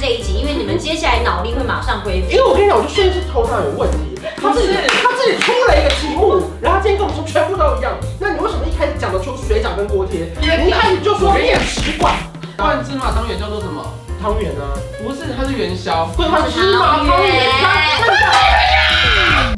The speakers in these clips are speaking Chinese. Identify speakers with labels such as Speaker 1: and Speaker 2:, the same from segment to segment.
Speaker 1: 这一集，因为你们接下来脑力会马上恢
Speaker 2: 因为
Speaker 1: 复。
Speaker 2: 我跟你讲，我就确定是头脑有问题。他自己
Speaker 1: 不是
Speaker 2: 他自己出了一个题目，然后他今天跟我们说全部都一样，那你为什么一开始讲得出水饺跟锅贴？你一开始就说面食馆
Speaker 3: 换芝麻汤圆叫做什么？
Speaker 2: 汤圆啊，
Speaker 3: 不是，它是元宵。
Speaker 2: 对，他芝麻啊汤圆啊。那个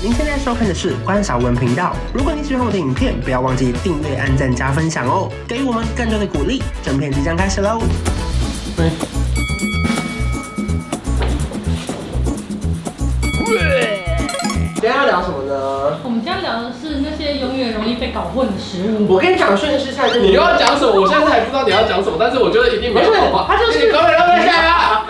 Speaker 4: 您现在收看的是关少文频道。如果你喜欢我的影片，不要忘记订阅、按赞、加分享哦，给予我们更多的鼓励。整片即将开始喽！
Speaker 2: 今天要聊什么呢？
Speaker 5: 我们今天聊的是那些永远容易被搞混的食物。
Speaker 2: 我跟你讲，顺势下就
Speaker 3: 你又要讲什么？我现在还不知道你要讲什么，但是我觉得一定没有
Speaker 2: 不是
Speaker 3: 吧
Speaker 2: 他就是
Speaker 3: 你搞点东西 啊！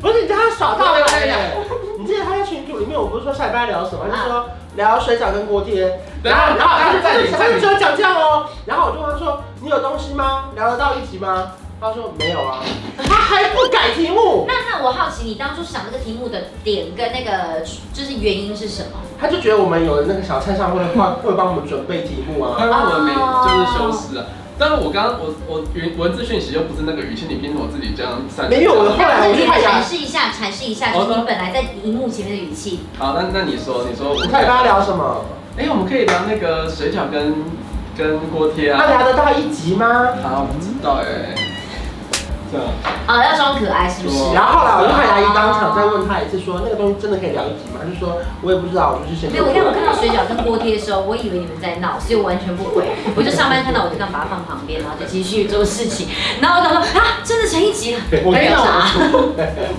Speaker 2: 不是你叫他耍大
Speaker 3: 对
Speaker 2: 牌
Speaker 3: 不
Speaker 2: 来
Speaker 3: 对
Speaker 1: 哎
Speaker 2: 讲。你记得他在群组里面，我不是说下礼拜聊什么，他
Speaker 1: 啊
Speaker 2: 就说聊水饺跟锅贴，
Speaker 3: 然后然后
Speaker 2: 他
Speaker 3: 他
Speaker 2: 就在他就
Speaker 3: 就在你
Speaker 2: 他
Speaker 3: 在
Speaker 2: 就
Speaker 3: 你
Speaker 2: 只有讲这样哦。然后我就问他说：“你有东西吗？聊得到一起吗？”他说：“没有啊。”他还不改题目，
Speaker 1: 那那我好奇，你当初想这个题目的点跟那个就是原因是什么？
Speaker 2: 他就觉得我们有那个小菜上会会会帮我们准备题目啊
Speaker 3: 快。让我们每就是修饰啊。但是我刚刚我我文文字讯息又不是那个语气，你凭什么自己这样散？
Speaker 2: 没有我的话
Speaker 1: 那
Speaker 2: 后来我就
Speaker 1: 你
Speaker 2: 看一下
Speaker 1: 阐释一下，阐释一下，就是你本来在荧幕前面的语气。
Speaker 3: 好，那那你说，你说我
Speaker 2: 你
Speaker 3: 们
Speaker 2: 看大家聊什么？
Speaker 3: 哎、我们可以聊那个水饺跟跟锅贴
Speaker 2: 他
Speaker 3: 啊。
Speaker 2: 聊得到一集吗？
Speaker 3: 好，我不知道哎、这样
Speaker 1: 啊，要装可爱是不是？
Speaker 3: 对
Speaker 2: 然后后来我就看阿姨当场再问他一次，说那个东西真的可以聊一集吗？他就说我也不知道，我就是先。
Speaker 1: 没有，我看我看到水饺跟锅贴的时候，我以为你们在闹，所以我完全不回。我就上班看到，我就刚把它放旁边，然后就啊继续做事情。然后我想说啊，真的成一集了，
Speaker 2: 我
Speaker 1: 没
Speaker 2: 跟你
Speaker 1: 有
Speaker 2: 讲
Speaker 1: 啥。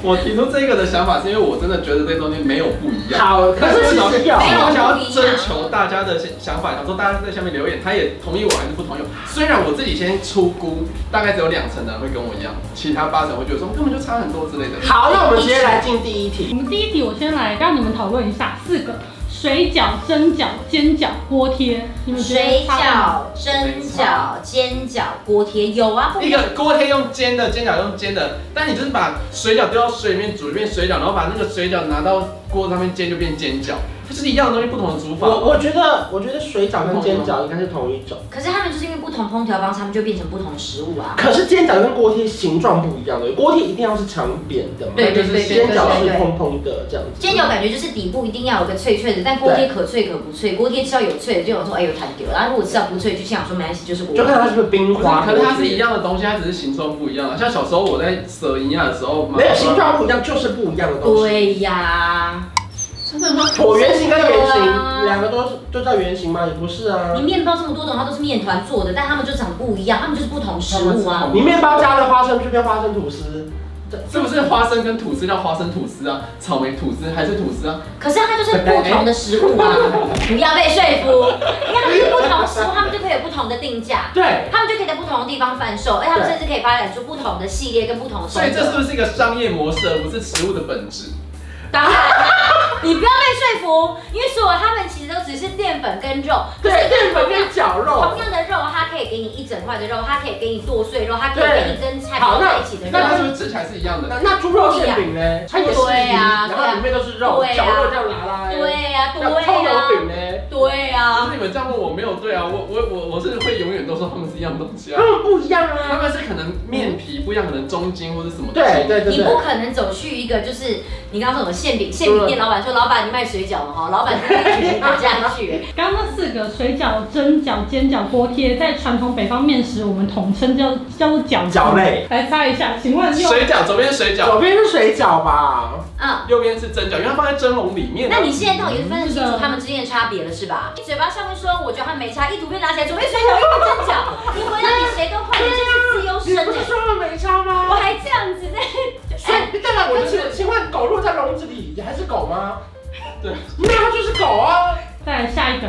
Speaker 3: 我提出这个的想法是因为我真的觉得这东西没有不一样。
Speaker 2: 好，可是其实有。
Speaker 3: 所以我想要征求大家的想法，想说大家在下面留言，他也同意我还是不同意我。虽然我自己先出估，大概只有两成的人会跟我一样，其他八成会觉得说根本就差很多之类的。
Speaker 2: 好，那我们直接来进第一题
Speaker 5: 我。们第一题，我先来让你们讨论一下四个水饺、蒸饺、煎饺、锅贴，你们觉得
Speaker 1: 水
Speaker 5: 它
Speaker 1: 饺、蒸饺、煎饺、锅贴有啊，不
Speaker 3: 一个锅贴用煎的，煎饺用煎的，但你就是把水饺丢到水里面煮一遍水饺，然后把那个水饺拿到锅上面煎，就变煎饺，它就是一样的东西，不同的煮法。
Speaker 2: 我我觉得，我觉得水饺跟煎饺应该是同一种，
Speaker 1: 可是他们就是因为不同烹调方式，他们就变成不同食物啊。
Speaker 2: 可是煎饺跟锅贴形状不一样的，锅贴一定要是长扁的嘛，
Speaker 1: 对对
Speaker 3: 就是
Speaker 1: 对对
Speaker 2: 煎
Speaker 1: 对
Speaker 2: 饺
Speaker 1: 对
Speaker 2: 是
Speaker 1: 对。
Speaker 2: 蓬蓬的这样子。
Speaker 1: 煎饺感觉就是底部一定要有个脆脆的，但锅贴可脆可不脆。锅贴吃到有脆的就有说哎有弹丢，然后如果吃到不脆，就心想说没关系，就是锅
Speaker 2: 就看它
Speaker 1: 贴。
Speaker 2: 是不是冰
Speaker 3: 不是
Speaker 2: 花，
Speaker 3: 可是它是一，样的东西，它只是形状不一样啊。像小时候我在蛇营养的时候，妈妈
Speaker 2: 没有形状不一样，就是不一样的东西。
Speaker 1: 对呀，
Speaker 3: 真的吗？
Speaker 2: 椭圆形跟圆
Speaker 1: 对啊
Speaker 2: 形两个都是就叫圆形吗？也不是啊
Speaker 1: 你。面包这么多种，它都是面团做的，但它们就长得不一样，它们就是不同食物啊。
Speaker 2: 你面包加了花生，就变花生吐司。
Speaker 3: 是不是花生跟吐司叫花生吐司啊？草莓吐司还是吐司啊？
Speaker 1: 可是它就是不同的食物啊，不要被说服，因为它们是不同食物，它们就可以有不同的定价，
Speaker 2: 对，
Speaker 1: 它们就可以在不同的地方贩售，而且哎它们甚至可以发展出不同的系列跟不同的
Speaker 3: 所以
Speaker 1: 风
Speaker 3: 这是
Speaker 1: 格。
Speaker 3: 不是一个商业模式，而不是食物的本质？
Speaker 1: 当然 啦，你不要被说服，因为所有它们其实都只是淀粉跟肉，
Speaker 2: 对，淀粉跟绞肉
Speaker 1: 同。样的肉，它可以给你一整块的肉，它可以给你剁碎肉，它可以给你跟菜
Speaker 2: 好
Speaker 1: 包在一起的
Speaker 3: 那
Speaker 1: 肉。
Speaker 3: 它是不是吃起来是一样的？
Speaker 2: 那那猪肉馅饼呢？它也是皮，
Speaker 1: 对啊
Speaker 2: 然后里面都是肉，
Speaker 1: 对啊
Speaker 2: 绞肉这样拿拉。
Speaker 1: 对呀、
Speaker 2: 那葱
Speaker 1: 对呀、
Speaker 2: 油饼呢？
Speaker 1: 对呀、
Speaker 3: 可是你们这样问我没有对啊，我我我我是会永远都说他们是一样的东西啊
Speaker 2: 他。们不一样
Speaker 3: 他
Speaker 2: 啊。
Speaker 3: 们是可能面皮不一样，可能中筋或者什么筋。
Speaker 2: 对对对
Speaker 1: 你
Speaker 2: 对
Speaker 1: 不。可能走去一个就是你刚刚说什么馅饼馅饼店老板说老板你卖水饺吗？哈，老板就一直打下去。
Speaker 5: 刚刚那四个水饺、蒸饺、煎饺、锅贴，在传统北方面食，我们统称叫叫做饺子
Speaker 2: 饺类。
Speaker 5: 来猜一下，请问用
Speaker 3: 水饺左边是水饺，
Speaker 2: 左边是水饺吧？
Speaker 1: 嗯，
Speaker 3: 右边是蒸饺，因为它放在蒸笼里面啊。
Speaker 1: 那你现在到底分得清楚他们之间的差别了是吧？你嘴巴上面说我觉得他们没差，一图片拿起来左边水饺，右边蒸饺，你回答比谁都快，你就是自
Speaker 2: 你
Speaker 1: 由
Speaker 2: 不
Speaker 1: 身
Speaker 2: 是
Speaker 1: 哎、
Speaker 2: 说了没差
Speaker 1: 我
Speaker 2: 吗？
Speaker 1: 还这样子在，
Speaker 2: 所
Speaker 1: 哎
Speaker 2: 以，当然，我
Speaker 3: 可是
Speaker 2: 请请问狗落在笼子里还是狗吗？
Speaker 3: 对，
Speaker 2: 那它就是狗啊，
Speaker 5: 再来下一个，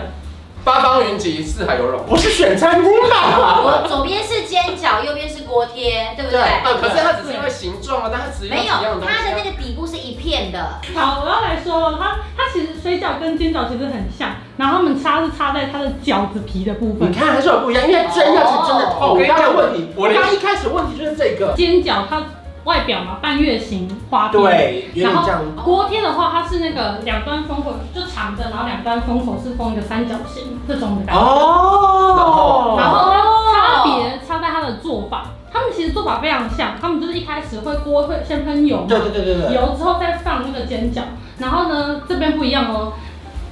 Speaker 3: 八方云集，四海游龙。
Speaker 2: 不是选餐厅吧？
Speaker 1: 我左边是煎饺，右边是锅贴，对不对？
Speaker 3: 呃，可是它只是因为形状啊，但它只是用
Speaker 1: 没
Speaker 3: 一
Speaker 1: 有
Speaker 3: 样，的东西啊。
Speaker 1: 它的那个底部是一片的，
Speaker 5: 好，我要来说了，它它其实水饺跟煎饺其实很像，然后它们差是差在它的饺子皮的部分
Speaker 2: 你。看还是有不一样，因为真要是真的
Speaker 3: 哦
Speaker 2: 透。我
Speaker 3: 我跟你
Speaker 2: 刚
Speaker 3: 讲
Speaker 2: 才问题，我
Speaker 3: 我连
Speaker 2: 刚一开始问题就是这个。
Speaker 5: 煎饺它外表嘛半月形花边，
Speaker 2: 对，有点
Speaker 5: 然后
Speaker 2: 这样。
Speaker 5: 锅贴的话，它是那个两端封口就长的，然后两端封口是封一个三角形这种的感觉。
Speaker 2: 哦
Speaker 5: 然后
Speaker 1: 哦
Speaker 5: 差别差在它的的做法，他们其实做法非常像，他们就是一开始会锅会先喷油嘛，
Speaker 2: 对对对对对，
Speaker 5: 油之后再放那个煎饺，然后呢这边不一样哦，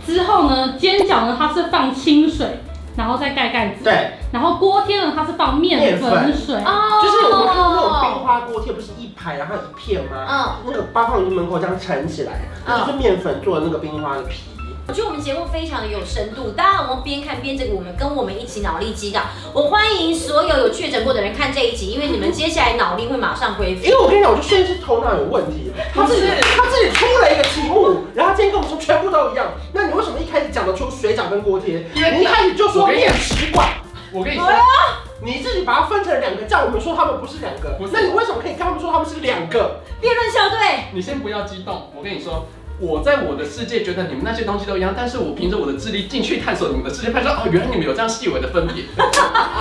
Speaker 5: 之后呢煎饺呢它是放清水，然后再盖盖子，
Speaker 2: 对，
Speaker 5: 然后锅贴呢它是放面粉
Speaker 2: 面粉
Speaker 5: 水，
Speaker 1: 哦
Speaker 2: 就是我们看过那种冰花锅贴，不是一排然后一片吗？
Speaker 1: 嗯，
Speaker 2: 那个八方云门口这样撑起来，
Speaker 1: 嗯
Speaker 2: 那就是面粉做的那个冰花的皮。
Speaker 1: 我觉得我们节目非常的有深度，当然我们边看边这个，我们跟我们一起脑力激荡。我欢迎所有有确诊过的人看这一集，因为你们接下来脑力会马上恢复。
Speaker 2: 因为我跟你讲，我就瞬间是头脑有问题，
Speaker 6: 他自己他自己出了一个题目，然后他今天跟我们说全部都一样，那你为什么一开始讲得出水饺跟锅贴？
Speaker 3: 因为
Speaker 6: 你一开始就说面食馆，
Speaker 3: 我跟你说，
Speaker 6: 你自己把它分成两个，叫我们说他们不是两个
Speaker 3: 不，是
Speaker 6: 那你为什么可以跟他们说他们是两个？
Speaker 1: 辩论校队，
Speaker 3: 你先不要激动，我跟你说。我在我的世界觉得你们那些东西都一样，但是我凭着我的智力进去探索你们的世界，发现哦，原来你们有这样细微的分 别，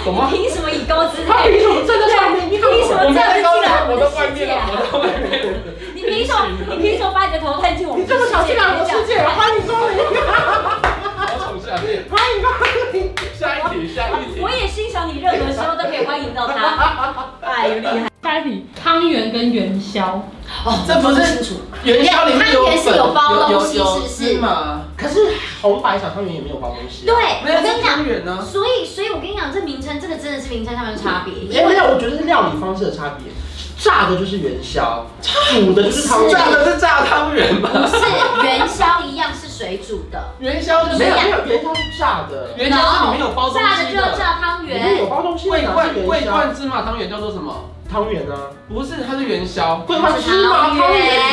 Speaker 3: 懂吗？
Speaker 1: 凭什么以高姿
Speaker 6: 他
Speaker 1: 态？
Speaker 6: 凭什么站在上面？你怎
Speaker 1: 凭什
Speaker 6: 么？
Speaker 1: 么
Speaker 3: 我
Speaker 1: 这样子
Speaker 3: 在
Speaker 1: 进
Speaker 3: 高
Speaker 1: 来
Speaker 3: 我
Speaker 1: 们的
Speaker 3: 在外
Speaker 1: 世界
Speaker 3: 面啊，
Speaker 1: 啊？
Speaker 3: 我在外面。
Speaker 1: 你凭什么？你凭什么把你的头探进我们的
Speaker 6: 你这么想
Speaker 1: 世界
Speaker 6: 进来我的世界？欢迎光临，
Speaker 3: 我要重下面，
Speaker 6: 欢迎光临。
Speaker 3: 下一题，下一题
Speaker 1: 我。也欣赏你任何时候都可以欢迎到他，哎呦厉害！
Speaker 5: 下一题汤圆跟元宵，
Speaker 1: 哦
Speaker 3: 这不是
Speaker 1: 楚，
Speaker 3: 元宵里面有
Speaker 1: 它里面是
Speaker 3: 粉
Speaker 1: 有包
Speaker 3: 有
Speaker 1: 东西
Speaker 3: 有
Speaker 1: 是不是
Speaker 3: 芝麻，
Speaker 2: 可是红白小汤圆也没有啊包东西。
Speaker 1: 对，，
Speaker 3: 那
Speaker 1: 我跟你讲
Speaker 3: 汤，圆呢？
Speaker 1: 所以所以我跟你讲，这名称这个真的是名称上面的差别，因
Speaker 2: 哎，没
Speaker 1: 为
Speaker 2: 有，我觉得是料理方式的差别。炸的就是元宵，煮的就是汤
Speaker 3: 炸
Speaker 2: 圆。
Speaker 3: 的是炸汤圆吧？
Speaker 1: 不是元宵一样是水煮的，
Speaker 3: 元宵就是
Speaker 2: 没有没有，元宵是炸的，
Speaker 3: 元宵是里面有包东
Speaker 1: 炸的
Speaker 3: 西
Speaker 1: 就要
Speaker 3: 的。
Speaker 1: 炸汤
Speaker 2: 里面有
Speaker 1: 圆，
Speaker 2: 包东西的
Speaker 3: 桂
Speaker 2: 哪是
Speaker 3: 冠
Speaker 2: 元
Speaker 3: 桂
Speaker 2: 宵？
Speaker 3: 冠芝麻汤圆叫做什么？
Speaker 2: 汤圆啊，
Speaker 3: 不是，它是元宵。
Speaker 2: 桂冠芝麻汤圆。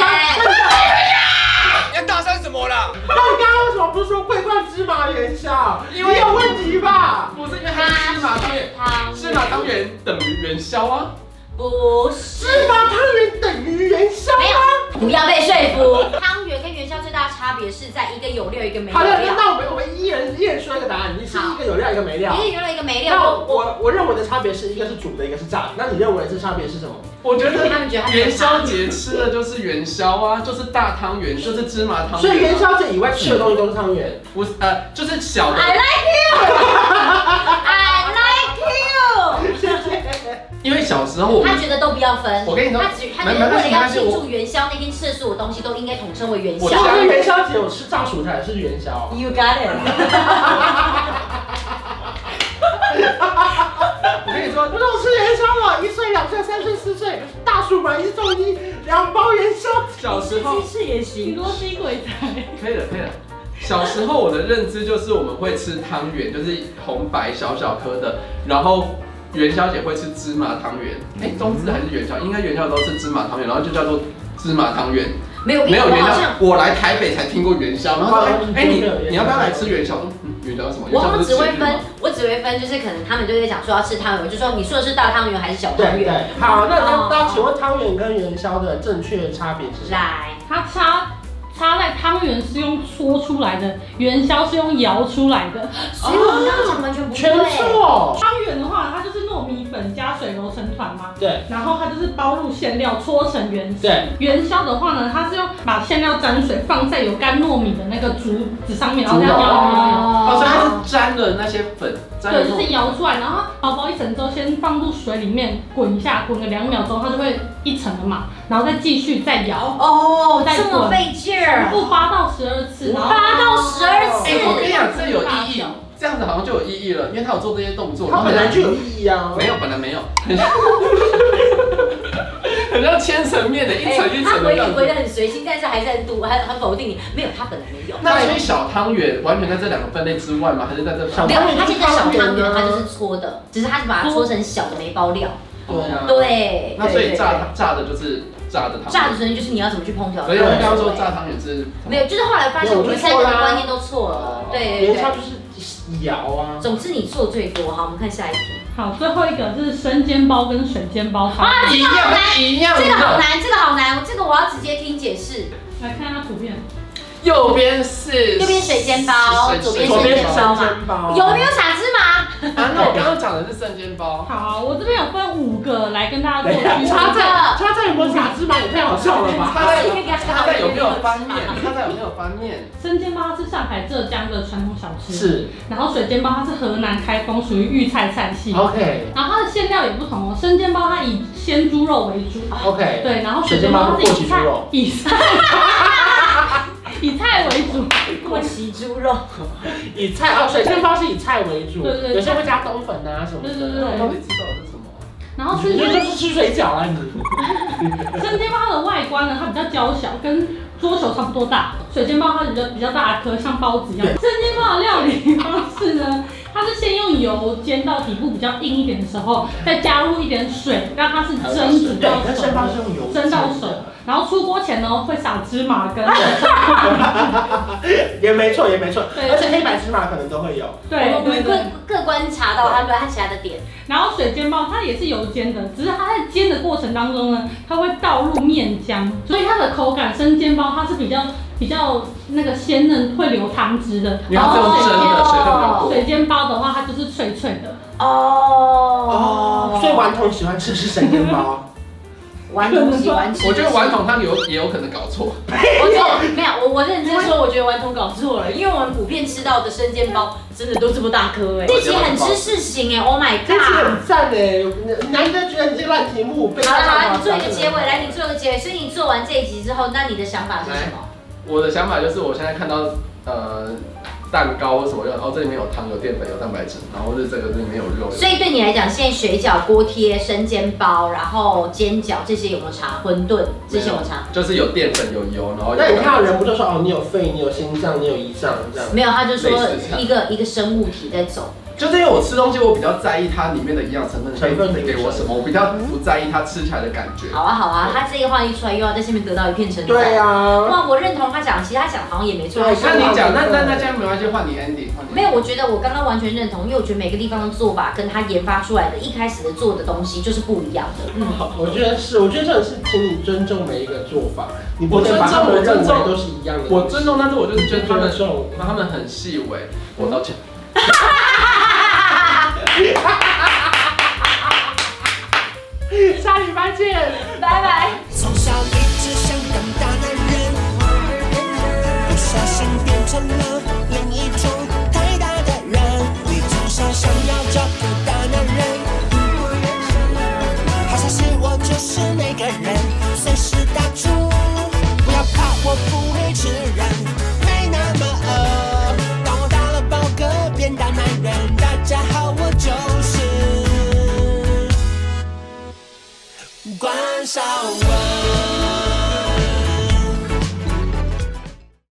Speaker 7: 要大声什么啦？
Speaker 2: 那你刚刚为什么不是说桂冠芝麻元宵？
Speaker 3: 因为
Speaker 2: 你有问题吧？
Speaker 3: 不是，因为它是芝麻汤圆，
Speaker 1: 汤
Speaker 3: 芝麻汤圆等于元宵啊。
Speaker 1: 不是，
Speaker 2: 芝麻汤圆等于元宵
Speaker 1: 没
Speaker 2: 啊？
Speaker 1: 有，不要被说服。汤圆跟元宵最大的差别是在一个有料，一个没有
Speaker 2: 好的，
Speaker 1: 料，
Speaker 2: 那我们我们一人一人说一个答案，你是一个有料，一个没料
Speaker 1: 一。个有料，一个没
Speaker 2: 那
Speaker 1: 料。
Speaker 2: 我我我认为的差别是一个是煮的，一个是炸的。那你认为这差别是什么？
Speaker 3: 我觉得
Speaker 1: 他们觉得它没有
Speaker 3: 元宵节吃的就是元宵啊，就是大汤圆，就是芝麻汤圆啊。
Speaker 2: 所以元宵节以外吃的东西都是汤圆。
Speaker 3: 不是呃，就是小的
Speaker 1: I，like you, I like you。
Speaker 3: 因为小时候我
Speaker 1: 他
Speaker 3: 们
Speaker 1: 觉得都不要分，
Speaker 3: 我跟你说
Speaker 1: 他只他
Speaker 3: 没
Speaker 1: 觉得
Speaker 3: 没
Speaker 1: 为
Speaker 3: 关
Speaker 1: 了
Speaker 3: 系
Speaker 1: 要庆
Speaker 3: 没关系我
Speaker 1: 祝元宵那天吃的所有东西都应该统称为元
Speaker 3: 我
Speaker 1: 宵
Speaker 2: 就。
Speaker 3: 家
Speaker 2: 是元宵节我吃炸薯条还是元宵？
Speaker 1: You got it。
Speaker 3: 我跟你说，
Speaker 2: 不是我吃元宵了，一岁、两岁、三岁、四岁，大薯买一送一，两包元宵。
Speaker 3: 小时候
Speaker 1: 鸡翅也
Speaker 5: 你
Speaker 1: 行。
Speaker 5: 说是一鬼才，
Speaker 3: 可以了，可以了。小时候我的认知就是我们会吃汤圆，就是红白小小颗的，然后元宵节会吃芝麻汤圆。哎、冬至还是元宵？应该元宵都是芝麻汤圆，然后就叫做芝麻汤圆。
Speaker 1: 没有，
Speaker 3: 没有
Speaker 1: 我
Speaker 3: 元
Speaker 1: 好
Speaker 3: 宵
Speaker 1: 像，
Speaker 3: 我来台北才听过元宵。然后说哎
Speaker 2: 哦、
Speaker 3: 哎
Speaker 2: 你说没有元
Speaker 3: 你
Speaker 2: 宵
Speaker 3: 你要不要来吃元宵？我说嗯，元宵是什么？
Speaker 1: 我
Speaker 3: 元
Speaker 1: 好
Speaker 3: 宵
Speaker 1: 像
Speaker 3: 不是
Speaker 1: 只会
Speaker 3: 节日吗
Speaker 1: 分？，我只会分，就是可能他们就会讲说要吃汤圆，我就说你说的是大汤圆还是小汤
Speaker 2: 对
Speaker 1: 圆？
Speaker 2: 对，好，那
Speaker 1: 哦
Speaker 2: 那大家请问汤圆跟元宵的正确差别是什么？
Speaker 1: 来，
Speaker 5: 它插插在汤圆是用搓出来的，元宵是用摇出来的。
Speaker 1: 所以我们刚刚讲完全不
Speaker 3: 哦
Speaker 2: 全
Speaker 1: 对。
Speaker 2: 错。
Speaker 5: 汤圆的话，它就是糯米粉加水揉成团嘛，
Speaker 2: 对
Speaker 5: 然后它就是包入馅料搓成圆形。
Speaker 2: 对，
Speaker 5: 元宵的话呢，它是用把馅料沾水放在有干糯米的那个竹子上面，然后这样摇摇摇摇。
Speaker 3: 哦，所以
Speaker 1: 哦，
Speaker 3: 它是沾了那些粉，沾了
Speaker 5: 对，
Speaker 3: 那
Speaker 5: 就
Speaker 3: 种
Speaker 5: 是摇出来，然后薄薄一层之后，先放入水里面滚一下，滚个两秒钟，它就会一层了嘛，然后再继续再摇，
Speaker 1: 哦，这啊么费劲
Speaker 5: 重
Speaker 1: 儿，
Speaker 5: 复八到十二次，然后
Speaker 1: 八到十二次
Speaker 3: 哎、我跟你讲，这有意义
Speaker 5: 大小，
Speaker 3: 这样子好像就有意义了，因为他有做这些动作，
Speaker 2: 它本来就有意义啊。
Speaker 3: 没有，本来没有，很像 很像千层面的，一层一
Speaker 1: 哎他
Speaker 3: 层的
Speaker 1: 回
Speaker 3: 这样
Speaker 1: 你回的。
Speaker 3: 子
Speaker 1: 很随性，但是还是很堵，很很否定你。没有，他本来没有。
Speaker 3: 那所以小汤圆完全在这两个分类之外吗？还是在这？
Speaker 2: 小
Speaker 1: 没有，
Speaker 2: 汤圆
Speaker 1: 它
Speaker 2: 就
Speaker 1: 现
Speaker 2: 是
Speaker 1: 在小
Speaker 2: 汤
Speaker 1: 汤圆
Speaker 2: 圆
Speaker 1: 它
Speaker 2: 啊
Speaker 1: 就是搓的，只是它是把它搓成小的没包料。
Speaker 2: 对啊。
Speaker 1: 对，
Speaker 3: 嗯那所以
Speaker 1: 对
Speaker 3: 炸炸的就是炸的
Speaker 1: 对
Speaker 3: 汤
Speaker 1: 炸
Speaker 3: 圆。
Speaker 1: 的时候就是你要怎么去烹调。
Speaker 3: 所以我刚刚说炸汤圆是
Speaker 1: 没有，就是后来发现我们三个的观念都错了。对对
Speaker 2: 元宵
Speaker 1: 对，
Speaker 2: 就是摇啊。
Speaker 1: 总之你错最多。好，我们看下一题。
Speaker 5: 好，最后一个是生煎包跟水煎包汤。
Speaker 2: 啊
Speaker 3: 一样一样
Speaker 1: 这个好
Speaker 3: 的，
Speaker 1: 难，这个好难，这个我要直接听解释。
Speaker 5: 来看它图片，
Speaker 3: 右边是
Speaker 1: 右边水煎包
Speaker 3: 水
Speaker 1: 左边
Speaker 2: 左
Speaker 1: 水
Speaker 2: 边
Speaker 1: 煎
Speaker 2: 是
Speaker 1: 包
Speaker 2: 生
Speaker 1: 嘛
Speaker 2: 煎包，
Speaker 1: 有没有撒芝麻？
Speaker 2: 啊，那我刚刚讲的是生煎包。
Speaker 5: 好，我这边有分五个来跟大家做
Speaker 2: 等一下
Speaker 5: 区
Speaker 2: 插
Speaker 5: 分。
Speaker 2: 在插在有没有撒芝麻也太好笑了吧？
Speaker 3: 它在
Speaker 1: 你可以给他
Speaker 3: 它在有没有翻 面？它在有没有翻面？
Speaker 5: 生煎包它是上海浙江的传统小吃，
Speaker 2: 是
Speaker 5: 然后水煎包它是河南开封，属于豫菜菜系。
Speaker 2: ，OK
Speaker 5: 然后它的馅料也不同哦，生煎包它以鲜猪肉为主，
Speaker 2: OK，
Speaker 5: 对，然后
Speaker 2: 水
Speaker 5: 水
Speaker 2: 煎
Speaker 5: 煎
Speaker 2: 包
Speaker 5: 包
Speaker 2: 是
Speaker 5: 它
Speaker 2: 过
Speaker 5: 是
Speaker 2: 期
Speaker 5: 以
Speaker 2: 猪
Speaker 5: 菜
Speaker 2: 肉
Speaker 5: 以菜 以菜为主，
Speaker 1: 过期猪肉，
Speaker 2: 以菜哦，水煎包是以菜为主，
Speaker 5: 对对对
Speaker 2: 有些会加冬粉啊什么
Speaker 5: 对
Speaker 2: 的。
Speaker 5: 对对
Speaker 3: 我都
Speaker 5: 对。
Speaker 3: 会知道是什么。
Speaker 5: 然后生
Speaker 2: 你这
Speaker 5: 煎
Speaker 2: 就是吃水饺啊你！
Speaker 5: 生煎包它的外观呢，它比较娇小，跟桌球差不多大。水煎包它比较比较大颗，像包子一样。生煎包的料理方式呢，它是先用油煎到底部比较硬一点的时候，再加入一点水，让它是蒸煮到
Speaker 2: 跟
Speaker 5: 熟
Speaker 2: 生包
Speaker 5: 的
Speaker 2: 是。用油
Speaker 5: 蒸到熟
Speaker 2: 的，
Speaker 5: 然后出锅前呢会撒芝麻 跟
Speaker 2: 也没错也没错，
Speaker 5: 对
Speaker 2: 而且黑白芝麻可能都会有。
Speaker 5: 对
Speaker 3: 哦
Speaker 1: 我
Speaker 5: 对
Speaker 1: 们各
Speaker 5: 对，
Speaker 1: 各观察到他们他其他的点，
Speaker 5: 然后水煎包它也是油煎的，只是它在煎的过程当中呢，它会倒入面浆，所以它的口感生煎包它是比较比较那个鲜嫩，会流汤汁的。
Speaker 3: 你要这种蒸的，谁都没有过。
Speaker 5: 水煎包的话，它就是脆脆的，
Speaker 1: 哦
Speaker 2: 哦，所以顽童喜欢吃是生煎 包，
Speaker 1: 顽童喜欢吃，
Speaker 3: 我觉得顽，童他有也有可能搞错，
Speaker 1: 我觉得没有，我我认真说，我觉得顽童搞错了，因为我们普遍吃到的生煎包真的都这么大颗哎，这集很知识型哎，Oh my
Speaker 2: 这次
Speaker 1: god！
Speaker 2: 很赞哎，难得觉得你这烂题目被
Speaker 1: 好
Speaker 2: 大
Speaker 1: 了
Speaker 2: 家
Speaker 1: 好了，
Speaker 2: 夸
Speaker 1: 你做
Speaker 2: 赞
Speaker 1: 一个结尾，来你做一个结尾，所以你做完这一集之后，那你的想法是什么？
Speaker 3: 我的想法就是，我现在看到呃蛋糕或什么，就哦这里面有糖、有淀粉、有蛋白质，然后是这个这里面有肉。
Speaker 1: 所以对你来讲，现在水饺、锅贴、生煎包，然后煎饺这些有没有差？馄饨这些有没有差？
Speaker 3: 就是有淀粉、有油，然后有
Speaker 2: 那你看到人不就说哦，你有肺，你有心脏，你有胰脏这样？
Speaker 1: 没有，他就说
Speaker 3: 类似差
Speaker 1: 一个一个生物体在走。
Speaker 3: 就是因为我吃东西，我比较在意它里面的营养成分
Speaker 2: 成分
Speaker 3: 给我什么，我比较不在意它吃起来的感觉。
Speaker 1: 好啊好啊，他这个话一出来，又要在下面得到一片称赞。
Speaker 2: 对啊，
Speaker 1: 哇，我认同他讲，其实他讲好像也没错。
Speaker 2: 对
Speaker 1: 他说
Speaker 3: 那你讲，那那那这样没关系，换你 ending，换你。
Speaker 1: 没有，我觉得我刚刚完全认同，因为我觉得每个地方的做法跟他研发出来的一开始的做的东西就是不一样的。嗯，
Speaker 2: 我觉得是，我觉得这种是，请你尊重每一个做法，你不
Speaker 3: 我
Speaker 2: 能
Speaker 3: 尊
Speaker 2: 把他
Speaker 3: 重
Speaker 2: 们
Speaker 3: 我
Speaker 2: 认
Speaker 3: 尊
Speaker 2: 为
Speaker 3: 重
Speaker 2: 都是一样的。
Speaker 3: 我尊重，但是我就是觉得他们
Speaker 2: 尊重
Speaker 3: 他们很细微。我
Speaker 1: 嗯
Speaker 3: 道歉。
Speaker 2: 下礼拜见。
Speaker 1: 拜拜。
Speaker 8: 从小一直想当大男人，不小心变成了另一种太大的人。你至少想要找个大男人，好消息我就是那个人，随时打住，不要怕，我不会吃人，没那么饿。当我打了饱嗝变大男人，大家好，我就是关少文。